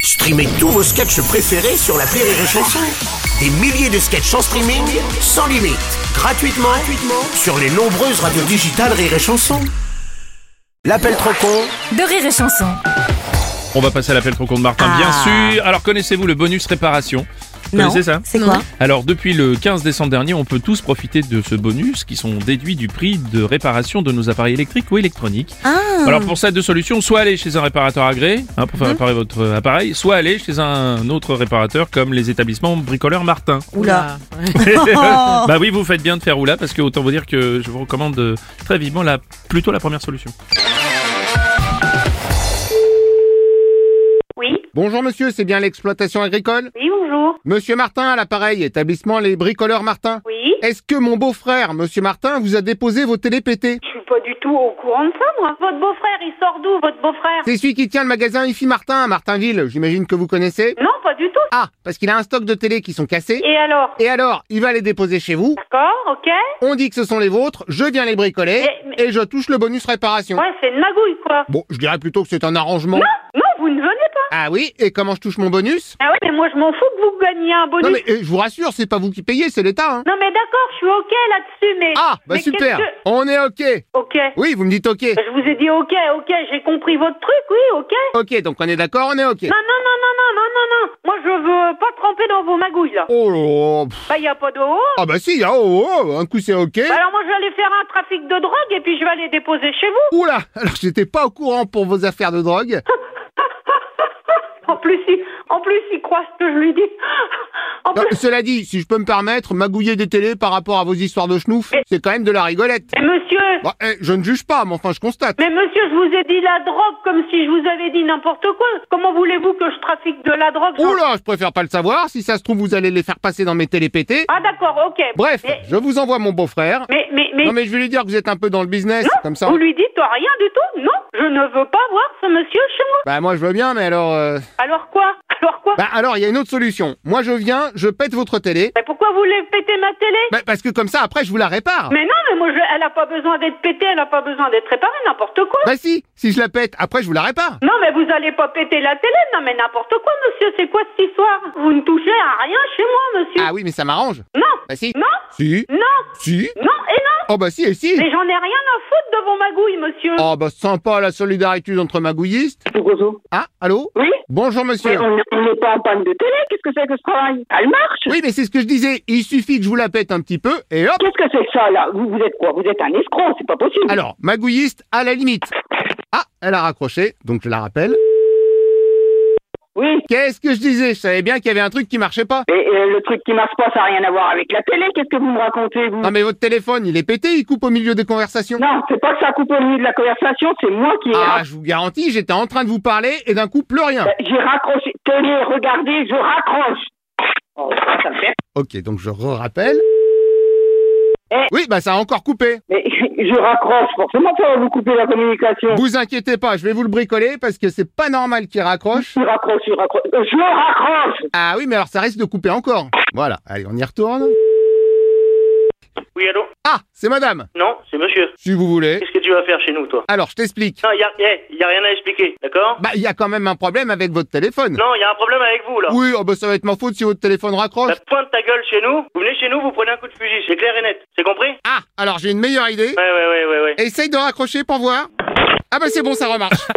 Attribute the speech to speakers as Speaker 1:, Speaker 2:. Speaker 1: Streamez tous vos sketchs préférés sur la Rire et Chanson. Des milliers de sketchs en streaming, sans limite, gratuitement, gratuitement sur les nombreuses radios digitales Rire et Chanson. L'appel trop con
Speaker 2: de rire et chanson.
Speaker 3: On va passer à l'appel trop con de Martin,
Speaker 2: Ah.
Speaker 3: bien sûr. Alors connaissez-vous le bonus réparation Vous connaissez ça
Speaker 2: C'est quoi
Speaker 3: Alors depuis le 15 décembre dernier, on peut tous profiter de ce bonus qui sont déduits du prix de réparation de nos appareils électriques ou électroniques. Alors pour ça, deux solutions, soit aller chez un réparateur agréé hein, pour faire réparer votre appareil, soit aller chez un autre réparateur comme les établissements bricoleurs Martin.
Speaker 2: Oula.
Speaker 3: bah oui, vous faites bien de faire oula parce que autant vous dire que je vous recommande euh, très vivement la, plutôt la première solution.
Speaker 4: Oui,
Speaker 5: Bonjour monsieur, c'est bien l'exploitation agricole
Speaker 4: oui, bonjour.
Speaker 5: Monsieur Martin à l'appareil, établissement Les Bricoleurs Martin.
Speaker 4: Oui,
Speaker 5: Est-ce que mon beau-frère, monsieur Martin, vous a déposé vos télépétés
Speaker 4: je suis pas du tout au courant de ça, moi. Votre beau-frère, il sort d'où, votre beau-frère
Speaker 5: C'est celui qui tient le magasin IFI Martin à Martinville, j'imagine que vous connaissez
Speaker 4: Non, pas du tout.
Speaker 5: Ah, parce qu'il a un stock de télé qui sont cassés.
Speaker 4: Et alors
Speaker 5: Et alors, il va les déposer chez vous,
Speaker 4: D'accord, ok.
Speaker 5: on dit que ce sont les vôtres, je viens les bricoler,
Speaker 4: Mais- mais-
Speaker 5: et je touche le bonus réparation.
Speaker 4: Ouais, c'est une magouille, quoi.
Speaker 5: Bon, je dirais plutôt que c'est un arrangement.
Speaker 4: Non, vous ne venez pas.
Speaker 5: Ah oui, et comment je touche mon bonus
Speaker 4: Ah ouais, mais moi, je m'en fous que vous gagniez un bonus.
Speaker 5: Non mais euh, je vous rassure, c'est pas vous qui payez, c'est l'État. Hein.
Speaker 4: Non, mais d'accord, je suis ok là-dessus, mais...
Speaker 5: Ah, bah
Speaker 4: mais
Speaker 5: super,
Speaker 4: qu'est-ce que-
Speaker 5: on est ok.
Speaker 4: Ok.
Speaker 5: Oui, vous me dites ok.
Speaker 4: Je vous ai dit ok, ok, j'ai compris votre truc, oui, ok.
Speaker 5: Ok, donc on est d'accord, on est ok.
Speaker 4: Non, non, non, non, non, non, non, non. Moi, je veux pas tremper dans vos magouilles, là.
Speaker 5: Oh là là, pff.
Speaker 4: Bah, y a pas de haut.
Speaker 5: Ah bah si, ah, oh, oh, un coup c'est ok.
Speaker 4: Bah, alors, moi, je vais aller faire un trafic de drogue et puis je vais aller déposer chez vous.
Speaker 5: Oula, alors j'étais pas au courant pour vos affaires de drogue.
Speaker 4: En plus, il, en plus, il croit ce que je lui dis. En
Speaker 5: Non,
Speaker 4: plus,
Speaker 5: cela dit, si je peux me permettre, magouiller des télés par rapport à vos histoires de schnouf, c'est quand même de la rigolette.
Speaker 4: mais monsieur,
Speaker 5: Bah, eh, je ne juge pas, mais enfin je constate.
Speaker 4: mais monsieur, je vous ai dit la drogue comme si je vous avais dit n'importe quoi. Comment voulez-vous que je trafique de la drogue genre
Speaker 5: Oula, je préfère pas le savoir, si ça se trouve vous allez les faire passer dans mes télépétés.
Speaker 4: Ah d'accord, ok.
Speaker 5: Bref,
Speaker 4: Mais,
Speaker 5: je vous envoie mon beau-frère.
Speaker 4: mais, mais, mais-
Speaker 5: Non mais je vais lui dire que vous êtes un peu dans le business,
Speaker 4: non,
Speaker 5: comme ça. hein.
Speaker 4: vous lui dites rien du tout Non, je ne veux pas voir ce monsieur chez moi.
Speaker 5: Bah moi je veux bien, mais alors... euh,
Speaker 4: Alors quoi Alors quoi
Speaker 5: Bah alors, il y a une autre solution. Moi je viens, je pète votre télé.
Speaker 4: Mais pourquoi vous voulez péter ma télé
Speaker 5: Bah, parce que comme ça, après je vous la répare.
Speaker 4: Mais non, mais moi, je- elle a pas besoin d'être pétée, elle a pas besoin d'être réparée, n'importe quoi.
Speaker 5: Bah si, si je la pète, après je vous la répare.
Speaker 4: Non, mais vous allez pas péter la télé, non, mais n'importe quoi, monsieur, c'est quoi cette histoire Vous ne touchez à rien chez moi, monsieur.
Speaker 5: Ah oui, mais ça m'arrange.
Speaker 4: Non,
Speaker 5: Bah si.
Speaker 4: non,
Speaker 5: Si.
Speaker 4: non,
Speaker 5: Si.
Speaker 4: non, et non,
Speaker 5: Oh bah si et si.
Speaker 4: mais j'en ai rien à foutre de vos magouilles, monsieur.
Speaker 5: Oh bah sympa la solidarité entre magouillistes. Ah, allô
Speaker 6: Oui,
Speaker 5: Bonjour
Speaker 6: mais
Speaker 5: monsieur.
Speaker 6: on on n'est pas en panne de télé. Qu'est-ce que c'est que ce travail Elle marche
Speaker 5: Oui, mais c'est ce que je disais. Il suffit que je vous la pète un petit peu et hop.
Speaker 6: Qu'est-ce que c'est que ça, là vous, vous êtes quoi Vous êtes un escroc, c'est pas possible.
Speaker 5: Alors, magouilliste à la limite. Ah, elle a raccroché, donc je la rappelle.
Speaker 6: Oui,
Speaker 5: Qu'est-ce que je disais Je savais bien qu'il y avait un truc qui marchait pas.
Speaker 6: mais euh, le truc qui marche pas, ça n'a rien à voir avec la télé. Qu'est-ce que vous me racontez, vous
Speaker 5: Non mais votre téléphone, il est pété, il coupe au milieu des conversations.
Speaker 6: Non, c'est pas que ça coupe au milieu de la conversation, c'est moi qui ai
Speaker 5: Ah,
Speaker 6: rac-
Speaker 5: je vous garantis, j'étais en train de vous parler et d'un coup, plus rien.
Speaker 6: euh, j'ai raccroché. Télé, regardez, je raccroche. Oh, ça me fait-
Speaker 5: Ok, donc je rappelle.
Speaker 6: Eh.
Speaker 5: Oui, bah ça a encore coupé.
Speaker 6: Mais je raccroche, forcément, ça va vous couper la communication.
Speaker 5: Vous inquiétez pas, je vais vous le bricoler parce que c'est pas normal qu'il raccroche.
Speaker 6: Je raccroche, je raccroche. Euh, Je raccroche
Speaker 5: Ah oui, mais alors ça risque de couper encore. Voilà, allez, on y retourne.
Speaker 7: Oui, allô
Speaker 5: Ah, c'est madame,
Speaker 7: Non, c'est monsieur.
Speaker 5: si vous voulez.
Speaker 7: Qu'est-ce que tu vas faire chez nous, toi
Speaker 5: Alors, je t'explique.
Speaker 7: Non, il y a, eh, y a rien à expliquer, d'accord
Speaker 5: Bah, il y a quand même un problème avec votre téléphone.
Speaker 7: Non, il y a un problème avec vous, là.
Speaker 5: Oui, oh bah ça va être ma faute si votre téléphone raccroche.
Speaker 7: La pointe ta gueule chez nous, vous venez chez nous, vous prenez un coup de fusil, c'est clair et net. C'est compris
Speaker 5: Ah, alors j'ai une meilleure idée.
Speaker 7: Ouais, ouais, ouais, ouais, ouais.
Speaker 5: Essaye de raccrocher pour voir. Ah bah c'est bon, ça remarche.